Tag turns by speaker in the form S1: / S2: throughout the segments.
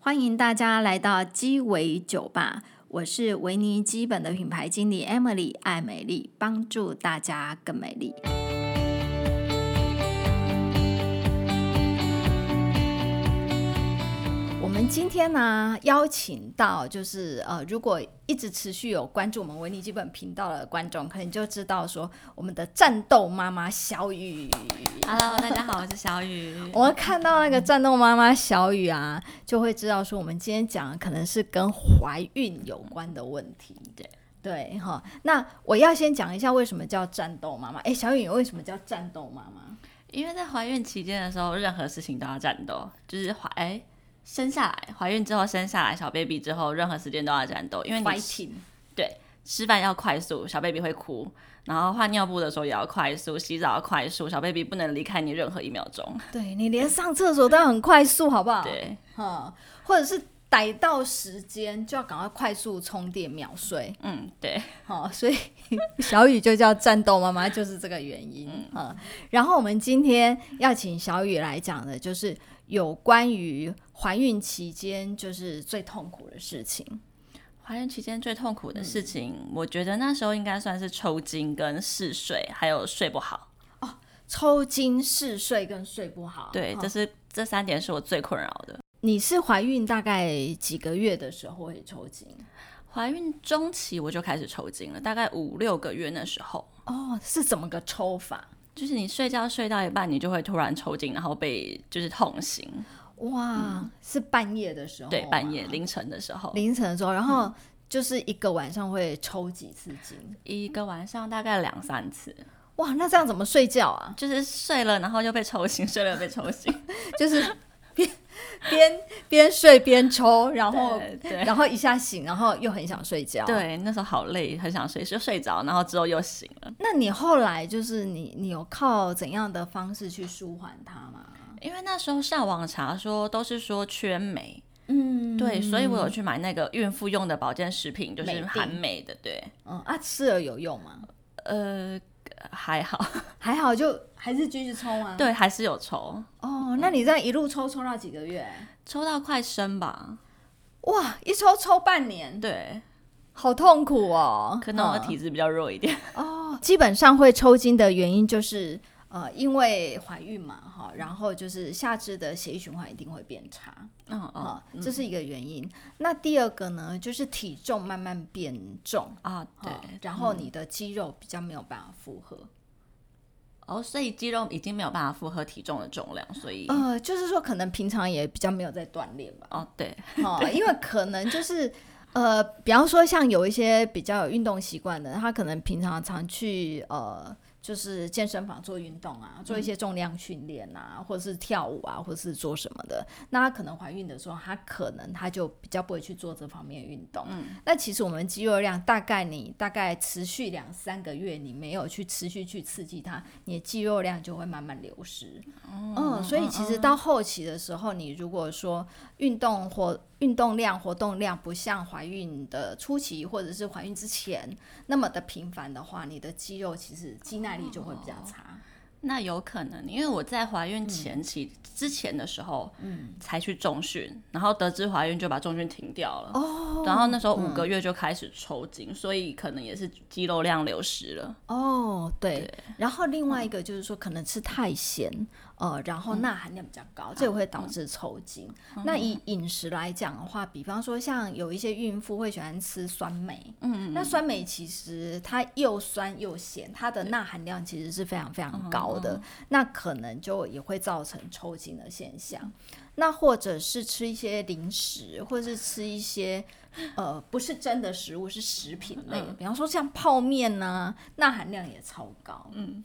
S1: 欢迎大家来到鸡尾酒吧，我是维尼基本的品牌经理 Emily 艾美丽，帮助大家更美丽。我们今天呢，邀请到就是呃，如果一直持续有关注我们维尼基本频道的观众，可能就知道说我们的战斗妈妈小雨。
S2: Hello，大家好，我是小雨。
S1: 我看到那个战斗妈妈小雨啊，就会知道说我们今天讲的可能是跟怀孕有关的问题。
S2: 对
S1: 对哈，那我要先讲一下为什么叫战斗妈妈。哎，小雨你为什么叫战斗妈妈？
S2: 因为在怀孕期间的时候，任何事情都要战斗，就是怀哎、生下来，怀孕之后生下来小 baby 之后，任何时间都要战斗，因为你吃
S1: fighting
S2: 吃饭要快速，小 baby 会哭，然后换尿布的时候也要快速，洗澡要快速，小 baby 不能离开你任何一秒钟。
S1: 对你连上厕所都要很快速，好不好？
S2: 对，
S1: 哈，或者是逮到时间就要赶快快速充电秒睡。
S2: 嗯，对，
S1: 好、 所以小雨就叫战斗妈妈，就是这个原因啊、嗯然后我们今天要请小雨来讲的，就是有关于怀孕期间就是最痛苦的事情。
S2: 怀孕期间最痛苦的事情，我觉得那时候应该算是抽筋跟嗜睡，还有睡不好。
S1: 抽筋、嗜睡跟睡不好，
S2: 对，
S1: 哦
S2: 这是这三点是我最困扰的。
S1: 你是怀孕大概几个月的时候会抽筋？
S2: 怀孕中期我就开始抽筋了，大概五六个月那时候，
S1: 哦，是怎么个抽法？
S2: 就是你睡觉睡到一半，你就会突然抽筋，然后被就是痛醒。
S1: 哇，哦是半夜的时候吗，
S2: 对，半夜凌晨的时候，
S1: 凌晨的时候，然后
S2: 嗯
S1: 就是一个晚上会抽几次筋？
S2: 一个晚上大概两三次，
S1: 哇，那这样怎么睡觉啊？
S2: 就是睡了，然后又被抽醒，睡了又被 抽醒。
S1: 就是边边边睡边抽，然后
S2: 对对
S1: 然后一下醒，然后又很想睡觉。，
S2: 对，那时候好累，很想睡，就睡着，然后之后又醒了。
S1: 那你后来就是你你有靠怎样的方式去舒缓它吗？
S2: 因为那时候上网查说都是说缺镁，
S1: 嗯
S2: 对，所以我有去买那个孕妇用的保健食品，就
S1: 镁
S2: 是
S1: 锭
S2: 含镁的，对，
S1: 嗯啊，吃了有用吗？
S2: 呃，还好，
S1: 还好就，还是继续抽吗？。
S2: 对，还是有抽。
S1: 哦，那你这样一路抽抽到几个月？
S2: 抽到快生吧，
S1: 哇，一抽抽半年，
S2: 对，
S1: 好痛苦哦。
S2: 可能我
S1: 嗯
S2: 体质比较弱一点。
S1: 基本上会抽筋的原因就是，呃，因为怀孕嘛，哈，然后就是下肢的血液循环一定会变差，
S2: 嗯
S1: 啊
S2: 哦、
S1: 这是一个原因。那第二个呢，就是体重慢慢变重，
S2: 啊，对
S1: 哈，然后你的肌肉比较没有办法负荷，
S2: 哦，所以肌肉已经没有办法负荷体重的重量，所以、
S1: 呃，就是说可能平常也比较没有在锻炼吧，
S2: 哦，对，
S1: 哈、因为可能就是。呃，比方说像有一些比较有运动习惯的，他可能平常常去呃，就是健身房做运动啊，做一些重量训练啊，或者是跳舞啊，或者是做什么的。那他可能怀孕的时候，他可能他就比较不会去做这方面的运动。
S2: 嗯，
S1: 那其实我们肌肉量大概你大概持续两三个月，你没有去持续去刺激它，你的肌肉量就会慢慢流失。嗯，所以其实到后期的时候，你如果说运动活运动量、活动量不像怀孕的初期或者是怀孕之前那么的频繁的话，你的肌肉其实肌耐力就会比较差。
S2: 那有可能，因为我在怀
S1: 嗯
S2: 孕前期、之前的时候，嗯，才去重训，然后得知怀孕就把重训停掉了，哦，然后那时
S1: 嗯
S2: 候五个月就开始抽筋，所以可能也是肌肉量流失了，
S1: 哦，对，嗯然后另外一个就是说，可能吃太咸，呃，然后钠含量比较高，这也会导致抽筋。那以饮食来讲的话，比方说像有一些孕妇会喜欢吃酸梅，嗯那酸梅其实它又酸又咸，它的钠含量其实是非常非常高的，那可能就也会造成抽筋的现象。那或者是吃一些零食，或者是吃一些呃，不是真的食物，是食品类的，比方说像泡面啊呐、钠含量也超高。嗯，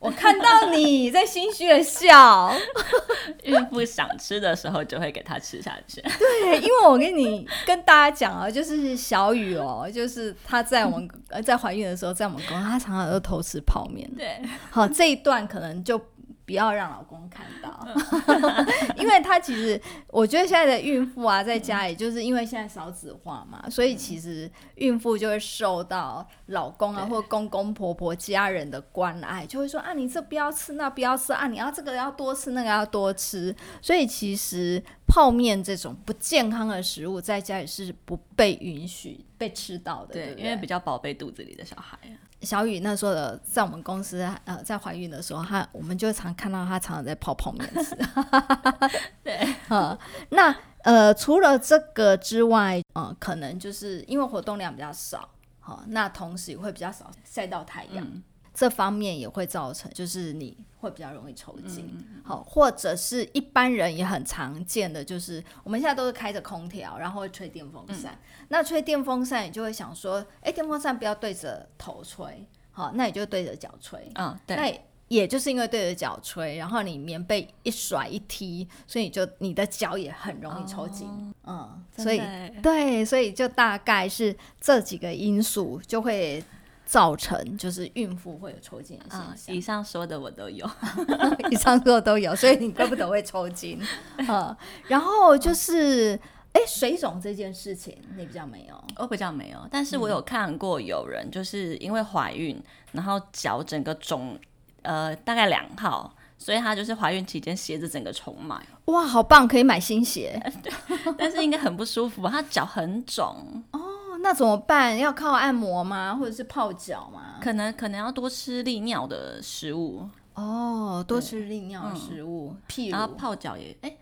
S1: 我看到你在心虚的笑，
S2: 孕妇想吃的时候就会给它吃下去，
S1: 对，因为我跟你跟大家讲啊，就是小雨哦，就是她在我们呃在怀孕的时候，在我们公司，她常常都偷吃泡面。
S2: 对，
S1: 好，这一段可能就不要让老公看到，
S2: 嗯
S1: 因为他其实我觉得现在的孕妇啊，在家里就是因为现在少子化嘛，所以其实孕妇就会受到老公啊
S2: 对
S1: 或公公婆婆家人的关爱，就会说啊你这不要吃，那不要吃啊，你要这个要多吃，那个要多吃。所以其实泡面这种不健康的食物在家里是不被允许被吃到的，对
S2: 对
S1: 不，对，
S2: 因为比较宝贝肚子里的小孩。
S1: 小雨那时候的，在我们公司呃，在怀孕的时候，她我们就常看到她常常在泡泡面吃。
S2: 对，
S1: 呃，那呃，除了这个之外，呃，可能就是因为活动量比较少，好、那同时也会比较少晒到太阳，
S2: 嗯
S1: 这方面也会造成就是你会比较容易抽筋。好、或者是一般人也很常见的，就是我们现在都是开着空调，然后会吹电风扇。那吹电风扇，你就会想说，哎、电风扇不要对着头吹，好、那你就对着脚吹。
S2: 嗯，对，
S1: 那也就是因为对着脚吹，然后你棉被一甩一踢，所以你就你的脚也很容易抽筋。嗯，所以
S2: 真的欸
S1: 对，所以就大概是这几个因素就会造成就是孕妇会有抽筋的
S2: 啊
S1: 现，象。
S2: 以上说的我都有。
S1: 以上所有都有，所以你怪不得会抽 筋。嗯，然后就是。哎，水肿这件事情你比较没有，
S2: 我比较没有，但
S1: 嗯
S2: 是我有看过有人就是因为怀孕，然后脚整个肿，呃，大概两号，所以她就是怀孕期间鞋子整个重 买，
S1: 哇，好棒，可以买新鞋
S2: 但是应该很不舒服，她脚很肿，
S1: 哦。那怎么办？要靠按摩吗？或者是泡脚吗？
S2: 可能可能要多吃利尿的食物，
S1: 哦，多吃利尿的食物，譬
S2: 嗯然后
S1: 如
S2: 泡脚也，哎、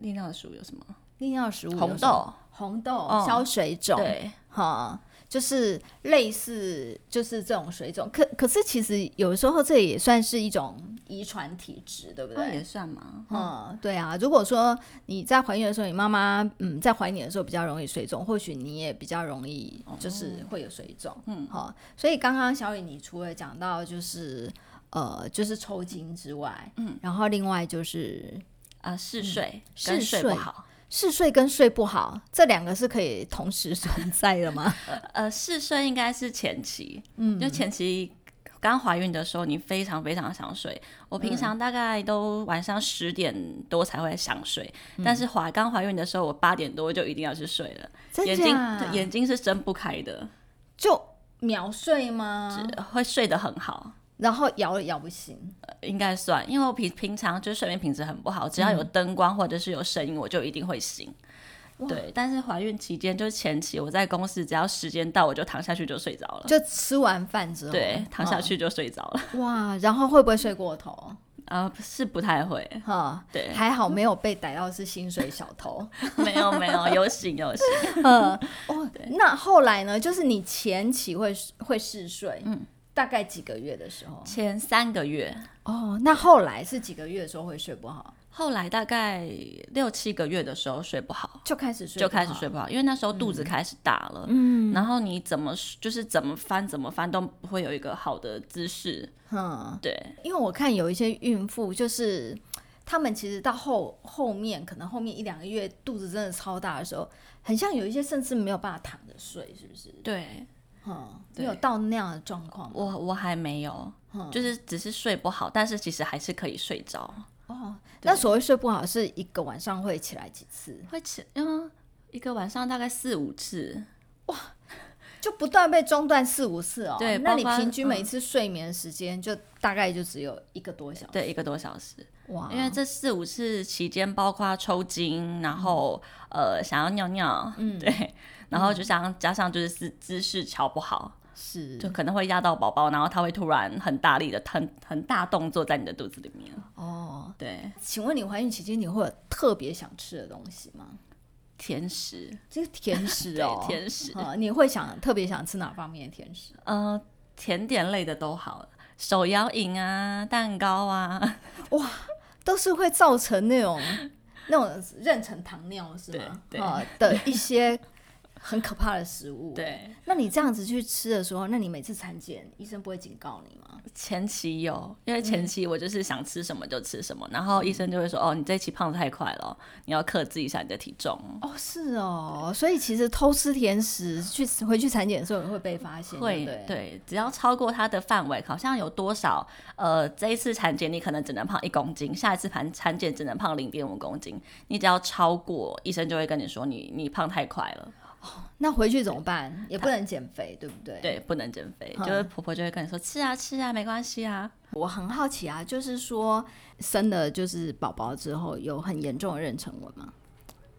S2: 利尿的食物有什么？
S1: 利尿食物有
S2: 红
S1: 什么，
S2: 豆，
S1: 红豆
S2: 嗯
S1: 消水肿，
S2: 对，
S1: 哈，就是类似就是这种水肿。可可是其实有时候这也算是一种遗传体质，对不
S2: 那哦也
S1: 对？
S2: 算嘛。
S1: 嗯，对啊。如果说你在怀孕的时候，你妈妈嗯在怀你的时候比较容易水肿，或许你也比较容易
S2: 哦
S1: 就是会有水肿。嗯，好。所以刚刚小雨，你除了讲到就是呃就是抽筋之外，嗯，然后另外就是
S2: 啊、嗜睡，
S1: 嗯嗜
S2: 跟睡
S1: 睡
S2: 不好。
S1: 嗜睡跟睡不好这两个是可以同时存在的吗？
S2: 呃，嗜睡应该是前期，嗯，就前期刚怀孕的时候，你非常非常想睡。我
S1: 嗯
S2: 平常大概都晚上十点多才会想睡，
S1: 嗯
S2: 但是怀刚怀孕的时候，我八点多就一定要去睡了，
S1: 真
S2: 眼睛
S1: 假
S2: 对眼睛是睁不开的，
S1: 就秒睡吗？
S2: 呃会睡得很好。
S1: 然后摇也摇不醒，
S2: 呃应该算，因为我平平常就是睡眠品质很不好，只要有
S1: 嗯
S2: 灯光或者是有声音，我就一定会醒。对，但是怀孕期间，就是前期我在公司，只要时间到我就躺下去就睡着了。
S1: 就吃完饭之后
S2: 对，躺下、去就睡着了。
S1: 嗯哇，然后会不会睡过头？
S2: 啊，是不太会，
S1: 哈，
S2: 对
S1: 还好没有被逮到是薪水小偷。
S2: 没有没有，有醒有醒。
S1: 哦，那后来呢？就是你前期会会嗜睡，嗯，大概几个月的时候？
S2: 前三个月，
S1: 哦，那后来是几个月的时候会睡不好，
S2: 后来大概六七个月的时候睡不好，
S1: 就开始睡，
S2: 就开始睡。不好，因为那时候肚子开始大了，
S1: 嗯
S2: 然后你怎么就是怎么翻怎么翻都不会有一个好的姿势，
S1: 嗯，
S2: 对，
S1: 因为我看有一些孕妇，就是她们其实到后后面，可能后面一两个月肚子真的超大的时候，很像有一些甚至没有办法躺着睡，是不是？
S2: 对，
S1: 嗯，你
S2: 对
S1: 有到那样的状况吗？
S2: 我我还没有，就是只是睡不好，但是其实还是可以睡着，
S1: 哦，那所谓睡不好，是一个晚上会起来几次，
S2: 会起，嗯，一个晚上大概四五次，
S1: 就不断被中断四五次哦。
S2: 对
S1: 那你
S2: 包括
S1: 平均每次睡眠时间就大概就只有一个多小时。
S2: 嗯对，一个多小时，
S1: 哇，
S2: 因为这四五次期间包括抽筋，然后呃想要尿尿，嗯，对， 然后就想加上就是姿姿势瞧不好，
S1: 是
S2: 就可能会压到宝宝，然后他会突然很大力的很很大动作在你的肚子里面，
S1: 哦。
S2: 对，
S1: 请问你怀孕期间你会有特别想吃的东西吗？
S2: 甜食，嗯
S1: 就是甜食
S2: 对
S1: 哦，，
S2: 甜食，
S1: 啊、你会想特别想吃哪方面的甜食？
S2: 呃，甜点类的都好，手摇饮啊，蛋糕啊，
S1: 都是会造成那种那种妊娠糖尿是
S2: 对
S1: 吗？
S2: 对
S1: 啊的一些很可怕的食物。
S2: 对，
S1: 那你这样子去吃的时候，那你每次产检，医生不会警告你吗？
S2: 前期有，因为前期我就是想吃什么就吃什么，然后医生就会说：“哦，你这期胖得太快了，你要克制一下你的体重。”
S1: 哦，是哦，所以其实偷吃甜食去回去产检的时候也会被发现，
S2: 会
S1: 对不对，
S2: 对，只要超过它的范围，好像有多少呃，这一次产检你可能只能胖一公斤，下一次产产检只能胖零点五公斤，你只要超过，医生就会跟你说你你胖太快了，
S1: 那回去怎么办？也不能减肥，对不对？。
S2: 对，不能减肥，
S1: 嗯
S2: 就是婆婆就会跟你说吃啊吃啊，没关系啊，
S1: 我很好奇啊，就是说生了就是宝宝之后有很严重的妊娠纹吗？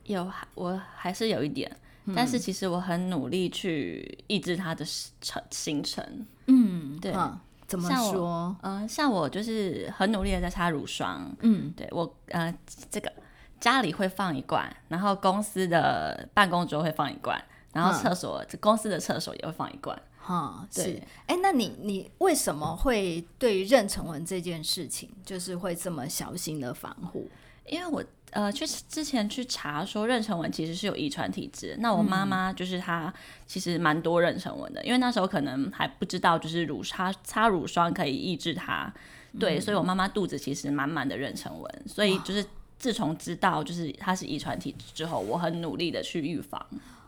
S2: 有我还是有一点。
S1: 嗯
S2: 但是其实我很努力去抑制它的成形成，嗯，对，
S1: 嗯，怎么
S2: 像我
S1: 说？
S2: 嗯、像我就是很努力的在擦乳霜，
S1: 嗯，
S2: 对我呃这个家里会放一罐，然后公司的办公桌会放一罐，然后厕所、公司的厕所也会放一罐。
S1: 哈、是
S2: 对。
S1: 哎、那你你为什么会对于妊娠纹这件事情，就是会这么小心的防护？
S2: 因为我呃去之前去查说妊娠纹其实是有遗传体质，那我
S1: 嗯
S2: 妈妈就是她其实蛮多妊娠纹的，因为那时候可能还不知道就是乳擦擦乳霜可以抑制它，对，
S1: 嗯
S2: 所以我妈妈肚子其实满满的妊娠纹，所以就是自从知道就是她是遗传体质之后，我很努力的去预防，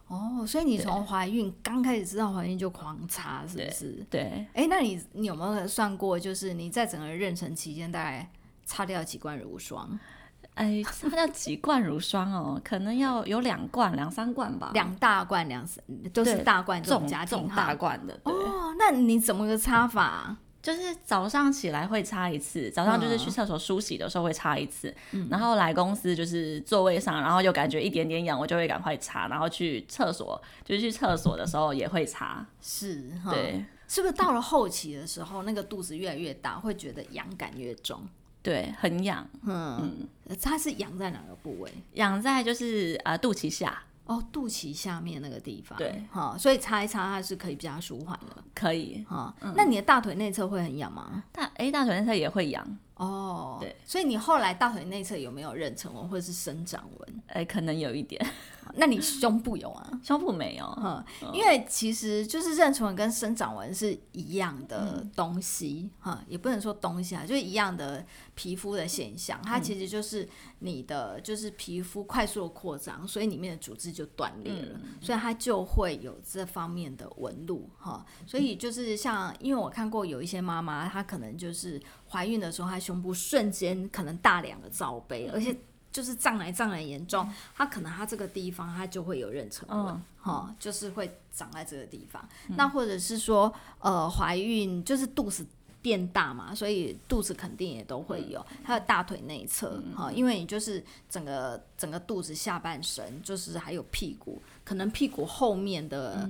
S1: 哦，所以你从怀孕刚开始知道怀孕就狂擦，是不是？
S2: 对。
S1: 哎、那你你有没有算过，就是你在整个妊娠期间大概擦掉几罐乳霜？
S2: 哎，它要几罐乳霜哦？可能要有两罐、两三罐吧，
S1: 两大罐，两三都是
S2: 对
S1: 大罐这
S2: 重
S1: 种家
S2: 重
S1: 庭
S2: 大
S1: 号。
S2: 罐的。对，
S1: 哦，那你怎么个擦法啊？
S2: 就是早上起来会擦一次，早上就是去厕所梳洗的时候会擦一次，然后来公司就是座位上，然后又感觉一点点痒，我就会赶快擦，然后去厕所，就是去厕所的时候也会擦。
S1: 是，哈
S2: 对
S1: 是不是到了后期的时候，那个肚子越来越大，会觉得痒感越重？
S2: 对，很痒，
S1: 嗯，它是痒在哪个部位？
S2: 痒在就是啊、呃肚脐下
S1: 哦，肚脐下面那个地方，
S2: 对，
S1: 哈，所以擦一擦它是可以比较舒缓的，
S2: 可以，
S1: 哈。那你的大腿内侧会很痒吗？
S2: 大哎、大腿内侧也会痒，
S1: 哦，
S2: 对，
S1: 所以你后来大腿内侧有没有妊娠纹或者是生长纹？
S2: 哎、可能有一点，
S1: 那你胸部有啊？
S2: 胸部没有，
S1: 嗯，因为其实就是妊娠纹跟生长纹是一样的东西，哈、也不能说东西啊，就是一样的皮肤的现象。它其实就是你的就是皮肤快速的扩张，所以里面的组织就断裂了，所以它就会有这方面的纹路，哈、所以就是像，因为我看过有一些妈妈，她可能就是怀孕的时候，她胸部瞬间可能大两个罩杯，而且。就是胀来胀来严重，她可能她这个地方她就会有妊娠纹，
S2: 嗯
S1: 哈、哦就是会长在这个地方。那或者是说，呃，怀孕就是肚子变大嘛，所以肚子肯定也都会有，
S2: 嗯
S1: 还有大腿内侧哈、因为你就是整个整个肚子下半身，就是还有屁股，可能屁股后面的。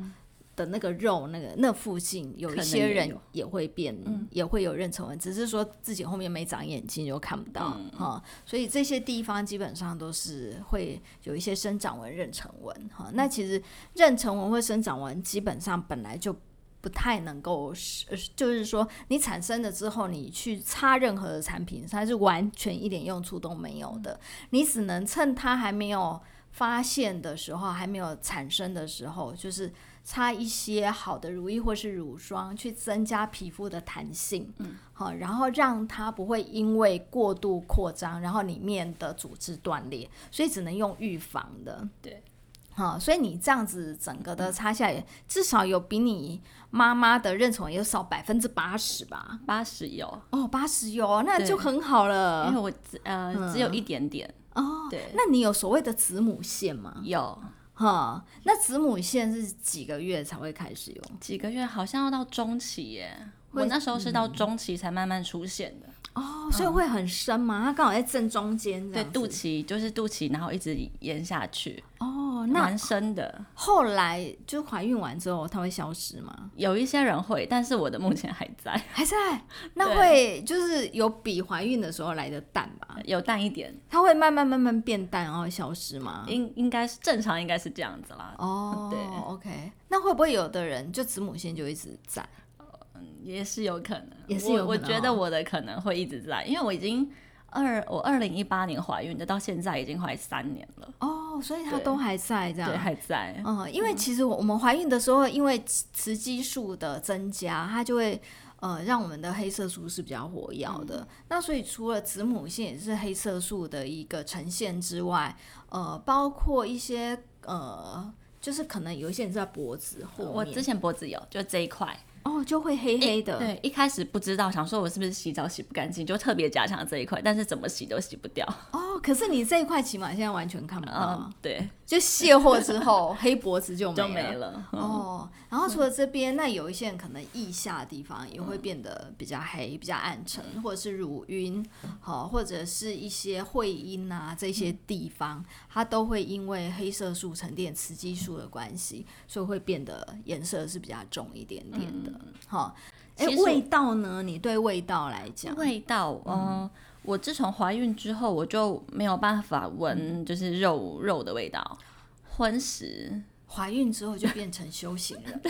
S1: 的那个肉，那个那附近有
S2: 嗯可
S1: 一
S2: 能
S1: 些
S2: 也
S1: 人
S2: 有嗯
S1: 也会变，也会有妊娠纹，只是说自己后面没长眼睛就看不到哈、
S2: 嗯
S1: 所以这些地方基本上都是会有一些生长纹、妊娠纹哈。那其实妊娠纹或生长纹基本上本来就不太能够是，呃就是说你产生了之后，你去擦任何的产品，它是完全一点用处都没有的。你只能趁它还没有发现的时候，还没有产生的时候，就是擦一些好的乳液或是乳霜，去增加皮肤的弹性，嗯，好，然后让它不会因为过度扩张，然后里面的组织断裂，所以只能用预防的，
S2: 对。
S1: 好，所以你这样子整个的擦下来，至少有比你妈妈的妊娠纹有少百分之八十吧？
S2: 八十有，
S1: 哦，八十有，那
S2: 对
S1: 就很好
S2: 因为
S1: 了。
S2: 我只呃只有一点点，
S1: 哦，
S2: 对，
S1: 那你有所谓的子母线吗？
S2: 有。
S1: 哈，那子母线是几个月才会开始有？
S2: 几个月，好像要到中期耶。我那时候是到中期才慢慢出现的，
S1: 哦，所以会很深吗？它刚好在正中间，
S2: 对，肚。脐就是肚脐，然后一直延下去，
S1: 哦，那
S2: 蛮深的。
S1: 后来就怀孕完之后，它会消失吗？
S2: 有一些人会，但是我的目前还 在，
S1: 还在？那会就是有比怀孕的时候来的淡吧？
S2: 有淡一点，
S1: 它会慢慢慢慢变淡，然后消失吗？
S2: 应应该是正常，应该是这样子啦。
S1: 哦，
S2: 对
S1: ，OK，那会不会有的人就子母线就一直在？
S2: 嗯也是有可能，
S1: 也是有
S2: 我我
S1: 可能哦
S2: 觉得我的可能会一直在，因为我已经二我二零一八年怀孕的，到现在已经怀三年了，
S1: 哦，所以它
S2: 对
S1: 都还在这样。
S2: 对，还在。
S1: 嗯，因为其实我们怀孕的时候，因为雌激素的增加，它就会呃让我们的黑色素是比较活跃
S2: 嗯
S1: 的。那所以除了子母线也是黑色素的一个呈现之外，呃，包括一些呃，就是可能有一些人在脖子后面，
S2: 我之前脖子有，就这一块
S1: 哦就会黑黑的，
S2: 对，一开始不知道，想说我是不是洗澡洗不干净，就特别加强这一块，但是怎么洗都洗不掉。
S1: 哦，可是你这一块起码现在完全看不到，
S2: 嗯， 对，
S1: 就卸货之后 黑脖子就
S2: 就
S1: 没
S2: 没
S1: 了。
S2: 了。
S1: 哦，
S2: 嗯
S1: 然后除了这边，那有一些人可能腋下的地方也会变得比较黑、比较暗沉，
S2: 嗯
S1: 或者是乳晕，好、或者是一些会阴啊这些地
S2: 嗯
S1: 方，它都会因为黑色素沉淀雌激素的关系，所以会变得颜色是比较重一点点的。好、诶
S2: 嗯其实我
S1: 味道呢？你对味道来讲，
S2: 味道，嗯、我自从怀孕之后，我就没有办法
S1: 嗯
S2: 闻就是肉肉的味道，荤食。
S1: 怀孕之后就变成修行 人，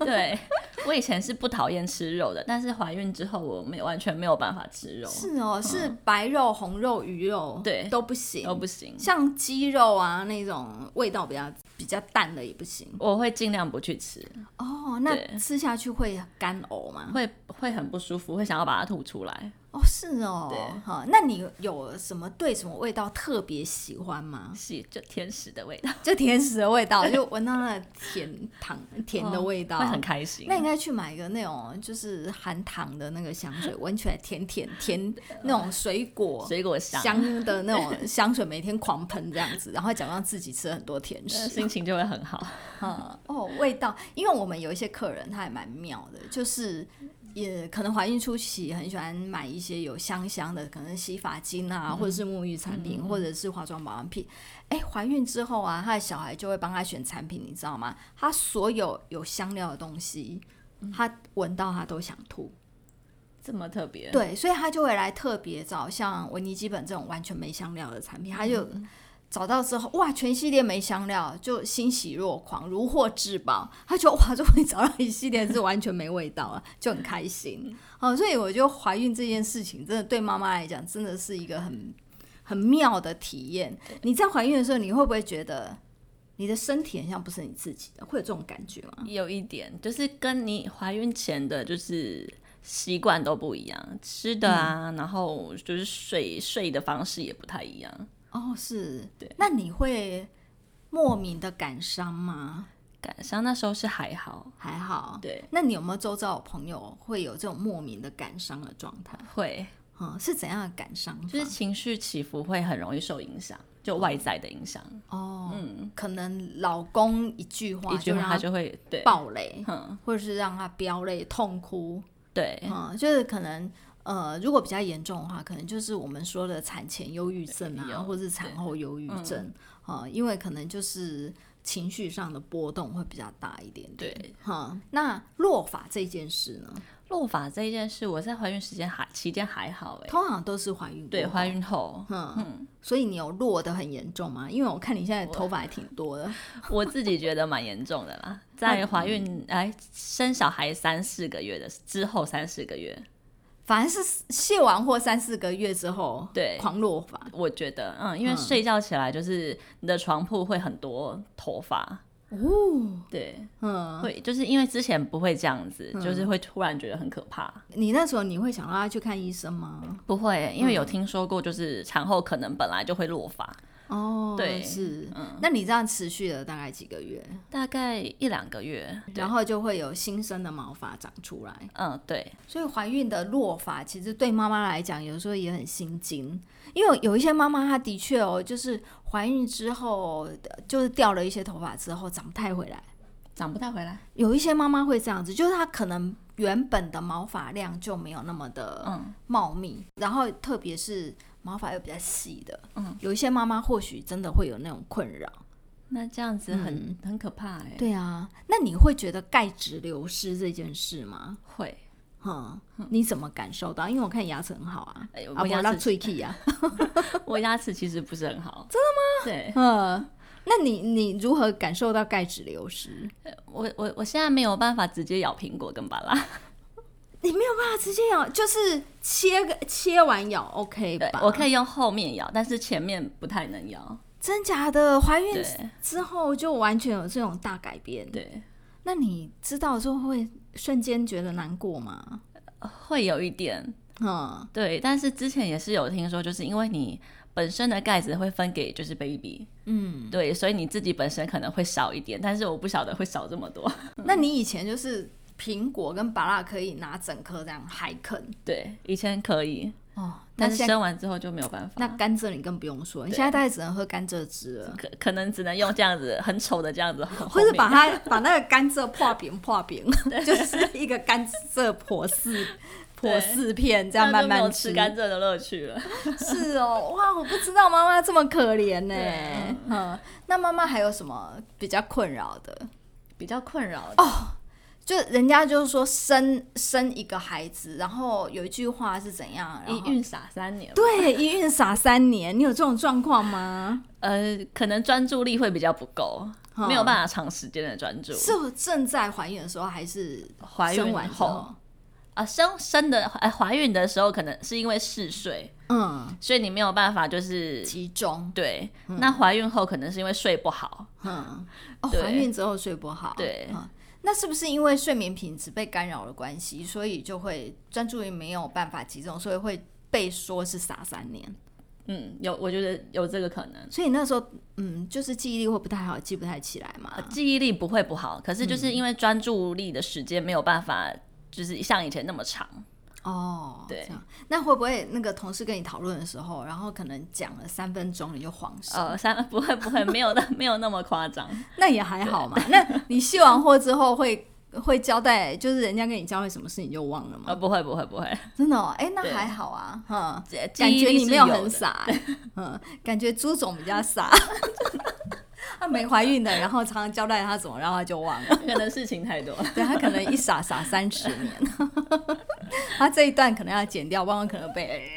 S2: 对 我以前是不讨厌吃肉的，但是怀孕之后，我没完全没有办法吃肉，
S1: 是哦，是白肉、红肉、鱼肉，
S2: 嗯对
S1: 都不行，
S2: 都不行。
S1: 像鸡肉啊那种味道比较比较淡的也不行
S2: 我会尽量不去吃，
S1: 哦。那
S2: 对
S1: 吃下去会干呕吗？
S2: 会会很不舒服，会想要把它吐出来。
S1: 哦，是哦，
S2: 对
S1: 哈。那你有什么对什么味道特别喜欢吗？
S2: 是就天使的味道，
S1: 就甜食的味 道，就闻到那甜糖甜的味道，
S2: 会很开心。
S1: 那应该去买一个那种就是含糖的那个香水，闻起来甜甜 甜那种水果
S2: 水果香，
S1: 香 的那种香水，每天狂喷这样子，然后假装自己吃了很多甜
S2: 呃
S1: 食，
S2: 心情就会很好。
S1: 嗯哦，味道，因为我们有一些客人他还蛮妙的，就是也可能怀孕初期很喜欢买一些有香香的，可能洗发精啊，或者是沐浴产品，或者是化妆保养品。哎、怀孕之后啊，他的小孩就会帮他选产品，你知道吗？他所有有香料的东西，他闻到他都想吐。
S2: 这么特别，
S1: 对，所以他就会来特别找像维尼基本这种完全没香料的产品，他就找到之后，哇，全系列没香料，就欣喜若狂，如获至宝。他觉得哇，终于找到一系列是完全没味道了，就很开心。哦，所以我觉得怀孕这件事情，真的对妈妈来讲，真的是一个很很妙的体验。你在怀孕的时候，你会不会觉得你的身体很像不是你自己的，会有这种感觉吗？
S2: 有一点就是跟你怀孕前的就是习惯都不一样，吃的啊，
S1: 嗯
S2: 然后就是睡睡的方式也不太一样。
S1: 哦，是
S2: 对。
S1: 那你会莫名的感伤吗？
S2: 感伤那时候是还好，
S1: 还好。
S2: 对，
S1: 那你有没有周遭有朋友会有这种莫名的感伤的状态？
S2: 会
S1: 嗯，是怎样的感伤法？
S2: 就是情绪起伏会很容易受影响，就外在的影响，
S1: 哦，可能老公一句话
S2: 嗯一句
S1: 就
S2: 话
S1: 让
S2: 他
S1: 他
S2: 就会对
S1: 爆雷，
S2: 嗯
S1: 或者是让他飙泪、痛哭，
S2: 对
S1: 嗯，就是可能。呃，如果比较严重的话，可能就是我们说的产前忧郁症
S2: 对
S1: 啊，
S2: 有嗯
S1: 或是产后忧郁症啊、呃因为可能就是情绪上的波动会比较大一点点。
S2: 对。
S1: 哈、那落法这件事呢，
S2: 落法这一件事，我在怀孕时间还期间还好哎、欸，
S1: 通常都是怀孕
S2: 对，
S1: 过后
S2: 怀孕后
S1: 嗯，所以你有落得很严重吗？因为我看你现在头发还挺多的，
S2: 我自己觉得蛮严重的啦，在怀孕哎生小孩三四个月的之后三四个月，
S1: 反而是卸完货三四个月之后，
S2: 对
S1: 狂落发。
S2: 我觉得嗯，因为睡觉起来就是你的床铺会很多头发，
S1: 哦，
S2: 对，
S1: 嗯，
S2: 会就是因为之前不会这样子，就是会突然觉得很可怕。
S1: 你那时候你会想让他去看医生吗？
S2: 不会，因为有听说过，就是产后可能本来就会落发，
S1: 哦，
S2: 对嗯
S1: 是。那你这样持续了大概几个月，
S2: 大概一两个月。
S1: 然后就会有新生的毛发长出来。
S2: 嗯，对，
S1: 所以怀孕的落法，其实对妈妈来讲，有时候也很心惊，因为有一些妈妈她的确哦，就是怀孕之后，呃就是掉了一些头发之后长不太回来。
S2: 长不太回来。
S1: 有一些妈妈会这样子，就是她可能原本的毛发量就没有那么的
S2: 嗯，
S1: 茂密，然后特别是毛发又比较细的，嗯，有一些妈妈或许真的会有那种困扰。
S2: 那这样子很、
S1: 嗯
S2: 很可怕哎、
S1: 对啊，那你会觉得钙质流失这件事吗？
S2: 会，
S1: 哼、你怎么感受到？因为我看牙齿很好啊，
S2: 哎
S1: 啊，
S2: 嗯我
S1: 我
S2: 牙
S1: 到
S2: 齿
S1: 脆气啊，
S2: 我牙齿其实不是很好。真的吗？
S1: 嗯，那你你如何感受到钙质流失？
S2: 对，我我我现在没有办法直接咬苹果跟芭拉，
S1: 你没有办法直接咬，就是切个切完咬 OK
S2: 对
S1: 吧？
S2: 我可以用后面咬，但是前面不太能咬。
S1: 真假的，怀孕
S2: 对
S1: 之后就完全有这种大改变。，
S2: 对，
S1: 那你知道之后会瞬间觉得难过吗？
S2: 会有一点
S1: 嗯，
S2: 对，但是之前也是有听说，就是因为你本身的钙质会分给就是 baby，嗯，对，所以你自己本身可能会少一点，但是我不晓得会少这么多。
S1: 那你以前就是苹果跟芭拉可以拿整颗这样海啃
S2: 对，以前可以，
S1: 哦，那
S2: 但是
S1: 现在
S2: 生完之后就没有办法。
S1: 那甘蔗你更不用说，你现在大概只能喝甘蔗汁了。
S2: 可可能只能用这样子很丑的这样子，
S1: 或者把它把那个甘蔗破饼破饼，就是一个甘蔗婆四 婆四片这
S2: 这
S1: 样慢
S2: 没有
S1: 慢
S2: 吃甘蔗的乐趣了。
S1: 是哦，哇，我不知道妈妈这么可怜呢、
S2: 啊
S1: 嗯，那妈妈还有什么比较困扰的？
S2: 比较困扰哦，
S1: 就人家就是说生生一个孩子，然后有一句话是怎样？然
S2: 一
S1: 后
S2: 孕傻三年，
S1: 对一孕傻三年，你有这种状况吗？
S2: 呃，可能专注力会比较不够，
S1: 嗯
S2: 没有办法长时间的专注。
S1: 是我正在怀孕的时候，还是
S2: 怀孕
S1: 生完之
S2: 后？啊，生生的呃怀孕的时候，可能是因为嗜睡，
S1: 嗯，
S2: 所以你没有办法就是
S1: 集中，
S2: 对。那怀孕后可能是因为睡不好，
S1: 嗯，哦，
S2: 对
S1: 怀孕之后睡不好，
S2: 对
S1: 嗯那是不是因为睡眠品质被干扰的关系，所以就会专注力没有办法集中，所以会被说是傻三年？
S2: 嗯，有我觉得有这个可能。
S1: 所以那时候，嗯，就是记忆力会不太好，记不太起来嘛。
S2: 呃记忆力不会不好，可
S1: 嗯
S2: 是就是因为专注力的时间没有办法，就是像以前那么长。
S1: 哦，
S2: 对
S1: 这样那会不会那个同事跟你讨论的时候，然后可能讲了三分钟你就晃神？
S2: 呃，三不会不会，没有那 没有那么夸张。
S1: 那也还好嘛。那你卸完货之后会 会交代，就是人家跟你交代什么事你就忘了吗？
S2: 呃，不会不会不会，
S1: 真的、哦，哎、那
S2: 对
S1: 还好啊，嗯。
S2: 记
S1: 感
S2: 忆
S1: 觉
S2: 力
S1: 你
S2: 是
S1: 没有很
S2: 的。
S1: 傻、 嗯，感觉朱总比较 傻。他没怀孕的，然后常常交代他怎么，然后他就忘了。
S2: 可能事情太多了，
S1: 对他可能一傻傻三十年， 他这一段可能要剪掉，不然可能被。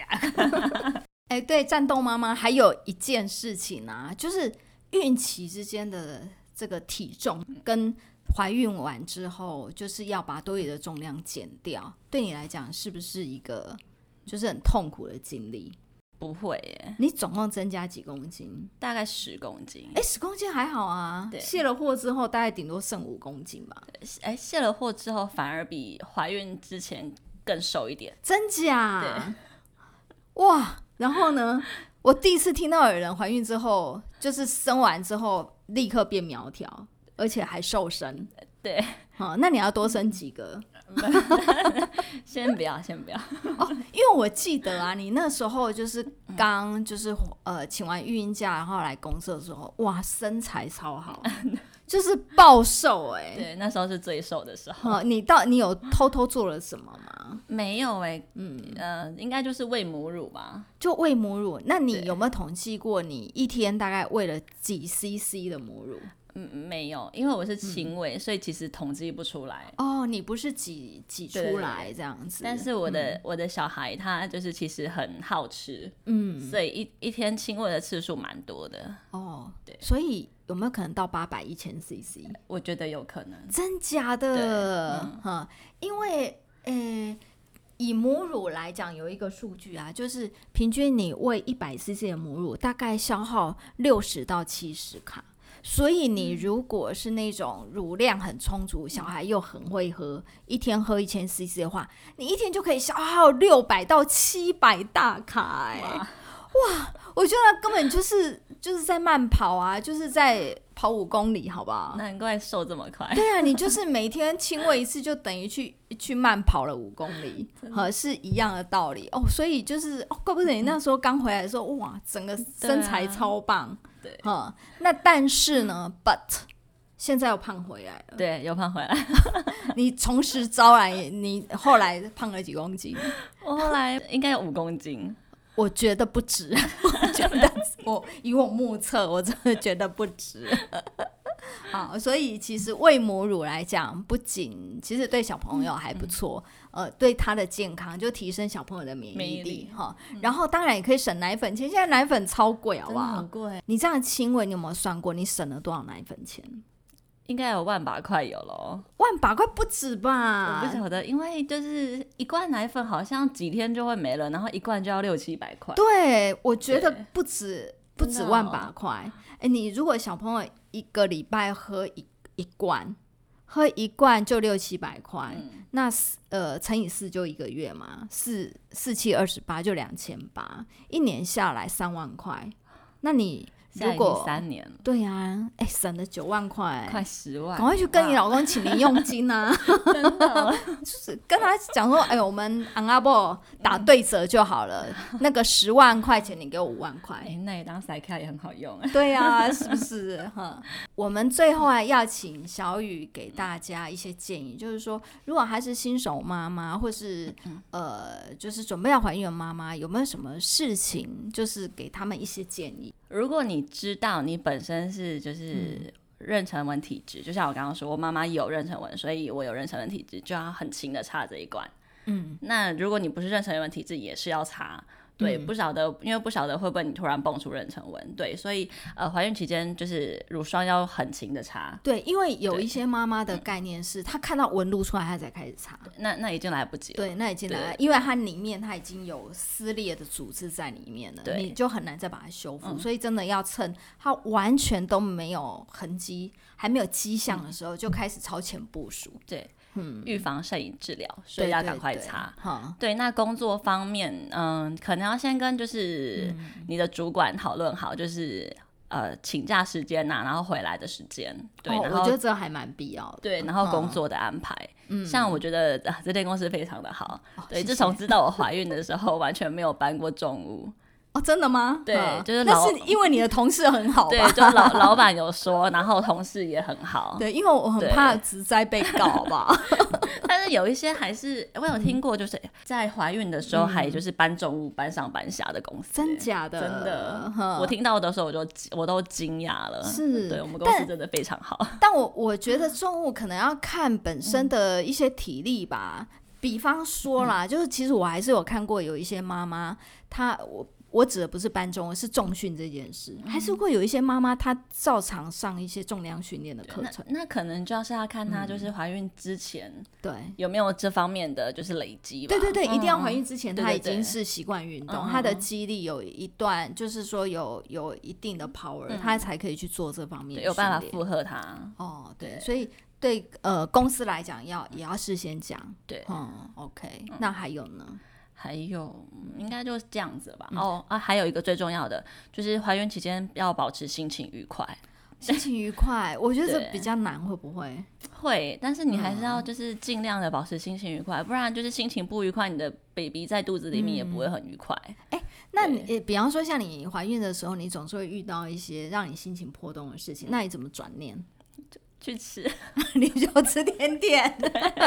S1: 哎，对，战斗妈妈还有一件事情啊，就是孕期之间的这个体重跟怀孕完之后，就是要把多余的重量减掉。对你来讲，是不是一个就是很痛苦的经历？
S2: 不会耶，
S1: 你总共增加几公斤？
S2: 大概十公斤。
S1: 哎，十公斤还好啊，
S2: 对
S1: 卸了货之后大概顶多剩五公斤吧。
S2: 哎、卸了货之后反而比怀孕之前更瘦一点。
S1: 真假？哇！然后呢，我第一次听到有人怀孕之后，就是生完之后立刻变苗条，而且还瘦身。
S2: 对，
S1: 好、那你要多生几个？
S2: 先不要，先不要。
S1: 因为我记得啊，你那时候就是刚就是呃请完育婴假，然后来公司的时候，哇，身材超好，就是暴瘦哎、
S2: 对，那时候是最瘦的时候。
S1: 哦，你到你有偷偷做了什么吗？
S2: 没有哎、嗯呃，应该就是喂母乳吧。
S1: 就喂母乳，那你
S2: 对
S1: 有没有统计过你一天大概喂了几 CC 的母乳？
S2: 嗯，没有，因为我是亲喂，所以其实统计不出来。
S1: 哦，你不是挤挤
S2: 对对
S1: 出
S2: 对
S1: 来这样子，
S2: 但是嗯我的、我的小孩他就是其实很好吃，
S1: 嗯，
S2: 所以一一天亲喂的次数蛮多的，
S1: 哦，
S2: 对
S1: 所以有没有可能到八百一千 CC？
S2: 我觉得有可能。
S1: 真假的？哈、因为呃，以母乳来讲，有一个数据啊，就是平均你喂一百 CC 的母乳，大概消耗六十到七十卡。所以你如果是那种乳量很充足，小孩又很会喝，一天喝一千 CC 的话，你一天就可以消耗六百到七百大卡、哎，哇！我觉得根本就是就是在慢跑啊，就是在跑五公里，好不好？
S2: 难怪瘦这么 快，
S1: 对啊，你就是每天亲喂一次，就等于去去慢跑了五公里，和是一样的道理哦。所以就是，哦，怪不得你那时候刚回来的时候，哇，整个身材超棒。
S2: 对啊
S1: 嗯，那但是呢，but 现在又胖回来了。
S2: 对，又胖回 来。
S1: 你从实招来，你后来胖了几公斤？
S2: 我后来应该有五公斤，
S1: 我觉得不值， 我觉得我以我目测，我真的觉得不 值。好，所以其实喂母乳来讲，不仅其实对小朋友还不错，呃，对他的健康就提升小朋友的免
S2: 免
S1: 疫
S2: 疫
S1: 力嗯
S2: 力
S1: 哈。然后当然也可以省奶粉钱，现在奶粉超贵，好
S2: 真
S1: 不
S2: 的
S1: 好
S2: 很？贵，
S1: 你这样亲喂，你有没有算过你省了多少奶粉钱？
S2: 应该有万把块有喽。
S1: 万把块不止吧？
S2: 我不晓得，因为就是一罐奶粉好像几天就会没了，然后一罐就要六七百块。
S1: 对，我觉得不止不
S2: 真
S1: 止
S2: 的
S1: 万
S2: 哦
S1: 把块。哎、你如果小朋友一个礼拜喝一一罐，喝一罐就六七百块，
S2: 嗯
S1: 那四呃乘以四就一个月嘛，四四七二十八就两千八，一年下来三万块。那你
S2: 现
S1: 如
S2: 在已经
S1: 果
S2: 三年了，
S1: 对呀、哎、省了九万块、
S2: 快十万，
S1: 赶快去跟你老公请零用金啊！
S2: 真的
S1: 就是跟他讲说，哎、我们 a n a b o 打对折就好了，那个十万块钱你给我五万块。
S2: 哎，那你当塞卡也很好用哎。
S1: 对啊，是不是哈？我们最后啊，要请小雨给大家一些建议，就是说，如果还是新手妈妈，或是
S2: 嗯
S1: 呃，就是准备要怀孕的妈妈，有没有什么事情，就是给他们一些建议？
S2: 如果你知道你本身是
S1: 嗯
S2: 就是妊娠纹体质，就像我刚刚说，我妈妈有妊娠纹，所以我有妊娠纹体质，就要很勤的擦这一关。嗯，那如果你不是妊娠纹体质，也是要擦。对，
S1: 嗯
S2: 不晓得，因为不晓得会不会你突然蹦出妊娠纹，对，所以呃，怀孕期间就是乳霜要很勤的擦，
S1: 对，因为有
S2: 对
S1: 一些妈妈的概念是，她看到纹路出来，她才开始擦。
S2: 那那已经来不及了。
S1: 对，那已经来了，因为它里面它已经有撕裂的组织在里面了，
S2: 对嗯
S1: 你就很难再把它修复。所以真的要趁它完全都没有痕迹、还没有迹象
S2: 嗯
S1: 的时候，就开始超前部署。
S2: 对，预防摄影治疗，所以
S1: 对
S2: 要
S1: 对
S2: 赶快
S1: 对
S2: 擦。
S1: 哈，
S2: 对，那工作方面，嗯，可能要先跟就是
S1: 嗯
S2: 你的主管讨论好，就是呃请假时间呐、然后回来的时间，对，
S1: 哦
S2: 然
S1: 我觉
S2: 后
S1: 得嗯这还蛮必要的。
S2: 对，然后工作的安排，像我
S1: 嗯
S2: 觉得啊，这间公司非常的好，
S1: 哦
S2: 对，自从知道我怀孕的时候，完全没有搬过重物，
S1: 哦，真的吗？
S2: 对
S1: 哈
S2: 就是
S1: 那
S2: 老
S1: 是因为你的同事很好
S2: 对
S1: 吧？，
S2: 就老老板有说，然后同事也很好，
S1: 对，因为我很
S2: 对
S1: 怕职灾被告吧。
S2: 但是有一些还是我有听过，就是在怀孕的时候还就是搬重物、搬上搬下的公司，
S1: 嗯真假的
S2: 真的
S1: 呃哼，
S2: 我听到的时候我就我都惊讶了。
S1: 是
S2: 对我们公司真的非常 好，
S1: 但我我觉得重物可能要看本身的一些体力吧。比方说啦，就是其实我还是有看过有一些妈妈，她我我指的不是搬重，是重训这件事，还是会有一些妈妈她照常上一些重量训练的课
S2: 那
S1: 程。
S2: 那可能就要是要看她就是怀孕之前
S1: 对，
S2: 有没有这方面的就是累积吧。
S1: 对对对，嗯一定要怀
S2: 嗯。
S1: 孕之前
S2: 对
S1: 她
S2: 对
S1: 已
S2: 对
S1: 经是习惯运动，她的肌力有一段，就是说有有一定的 power，她才可以去做这方面
S2: 对
S1: 的
S2: 有办法
S1: 训练
S2: 负荷它。
S1: 哦，对，
S2: 对
S1: 所以对呃公司来讲要也要事先讲，
S2: 对
S1: 嗯，OK，那还有 呢？
S2: 还有，嗯应该就是这样子吧。
S1: 嗯
S2: 哦啊，还有一个最重要的就是怀孕期间要保持心情愉快。
S1: 心情愉快，我觉得
S2: 对
S1: 这比较难，会不会？
S2: 会，但是你还是要就是尽量的保持心情愉快，不然就是心情不愉快，你的 baby 在肚子里面也不会很愉快。
S1: 那你呃比方说像你怀孕的时候，你总是会遇到一些让你心情波动的事情，那你怎么转念？
S2: 去吃，
S1: 你就吃甜点，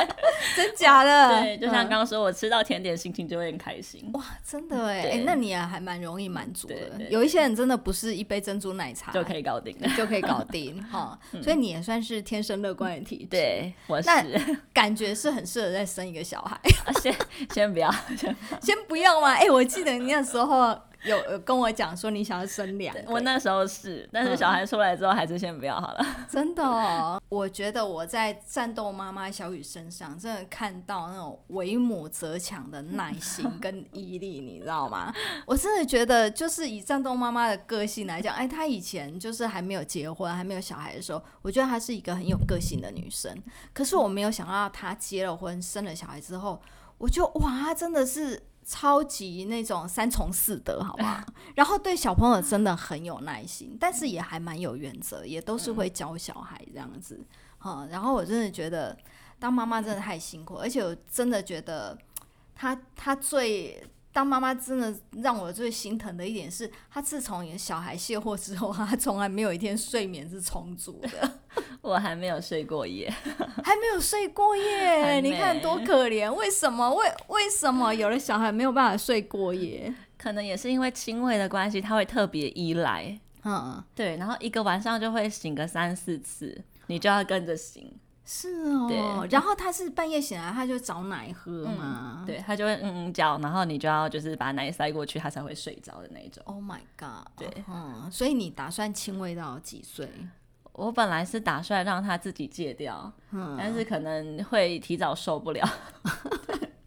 S1: 真假的？
S2: 对，就像
S1: 嗯
S2: 刚刚说，我吃到甜点心情就会很开心。
S1: 哇，真的哎、
S2: 对
S1: 哎那你也还蛮容易满足
S2: 对
S1: 的
S2: 对。
S1: 有一些人真的不是一杯珍珠奶茶
S2: 就可以搞定了。
S1: 就可以搞定 哈，所以你也算是天生乐观的体质。
S2: 对，我是
S1: 那感觉是很适合再生一个小孩。
S2: 啊先先不要，先
S1: 先不要嘛，哎、我记得你那时候有有跟我讲说你想要生两个，
S2: 我那时候是，但是小孩出来之后还是先不要好 了。
S1: 真的、哦，我觉得我在战斗妈妈小雨身上真的看到那种为母则强的耐心跟毅力，你知道吗？ 我真的觉得，就是以战斗妈妈的个性来讲，哎，她以前就是还没有结婚、还没有小孩的时候，我觉得她是一个很有个性的女生。可是我没有想到，她结了婚、生了小孩之后，我就哇，她真的是。超级那种三从四德，好不好？然后对小朋友真的很有耐心，但是也还蛮有原则，也都是会
S2: 嗯
S1: 教小孩这样子。哈、然后我真的觉得当妈妈真的太辛苦，而且我真的觉得她她最当妈妈真的让我最心疼的一点是，她自从小孩卸货之后，她从来没有一天睡眠是充足 的，
S2: 我还没有睡过夜，
S1: 还没有睡过夜。
S2: 还
S1: 你
S2: 没
S1: 看多可怜，为什么？为为什么有了小孩没有办法睡过夜？
S2: 可能也是因为亲喂的关系，他会特别依赖。
S1: 嗯，
S2: 对，然后一个晚上就会醒个三四次，你就要跟着醒。
S1: 是哦
S2: 对。
S1: 然后她是半夜醒来，她就找奶喝嘛。
S2: 对，他就会嗯嗯叫，然后你就要就是把奶塞过去，他才会睡着的那一种。
S1: Oh my god！
S2: 对
S1: 嗯，所以你打算亲喂到几岁？
S2: 我本来是打算让他自己戒掉，但是可能会提早受不了。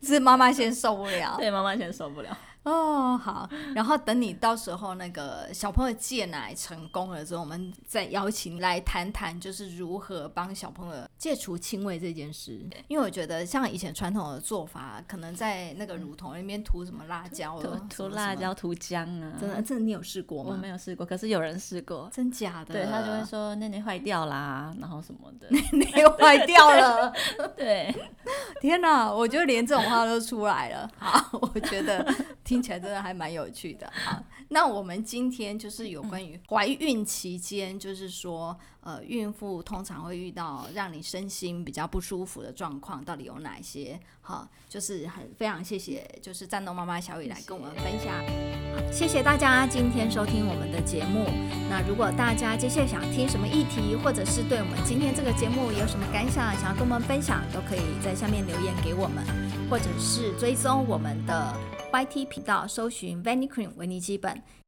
S1: 是妈妈先受不 了。
S2: 对，妈妈先受不了。
S1: 哦，好，然后等你到时候那个小朋友戒奶成功了之后，我们再邀请来谈谈，就是如何帮小朋友戒除亲喂这件事。因为我觉得像以前传统的做法，可能在那个乳头那边涂什哦么辣椒
S2: 嗯涂
S1: 了，
S2: 涂辣，椒、涂姜啊，
S1: 真的，这你有试过
S2: 我
S1: 吗？
S2: 没有试过，可是有人试过。
S1: 真假的？啊
S2: 对他就会说内内坏掉啦，然后什么 的。
S1: 你又坏掉了。
S2: 对，
S1: 天哪，我觉得连这种话都出来了。好， 我觉得听起来真的还蛮有趣的。好，那我们今天就是有关于怀孕期间，就是说，呃，孕妇通常会遇到让你身心比较不舒服的状况，到底有哪些？好，就是很非常谢谢，就是战斗妈妈小雨来跟我们分享。
S3: 谢谢大家今天收听我们的节目。那如果大家接下来想听什么议题，或者是对我们今天这个节目有什么感想，想要跟我们分享，都可以在下面留言给我们，或者是追踪我们的 YT 频道，搜寻 Vanny Cream 维尼基本。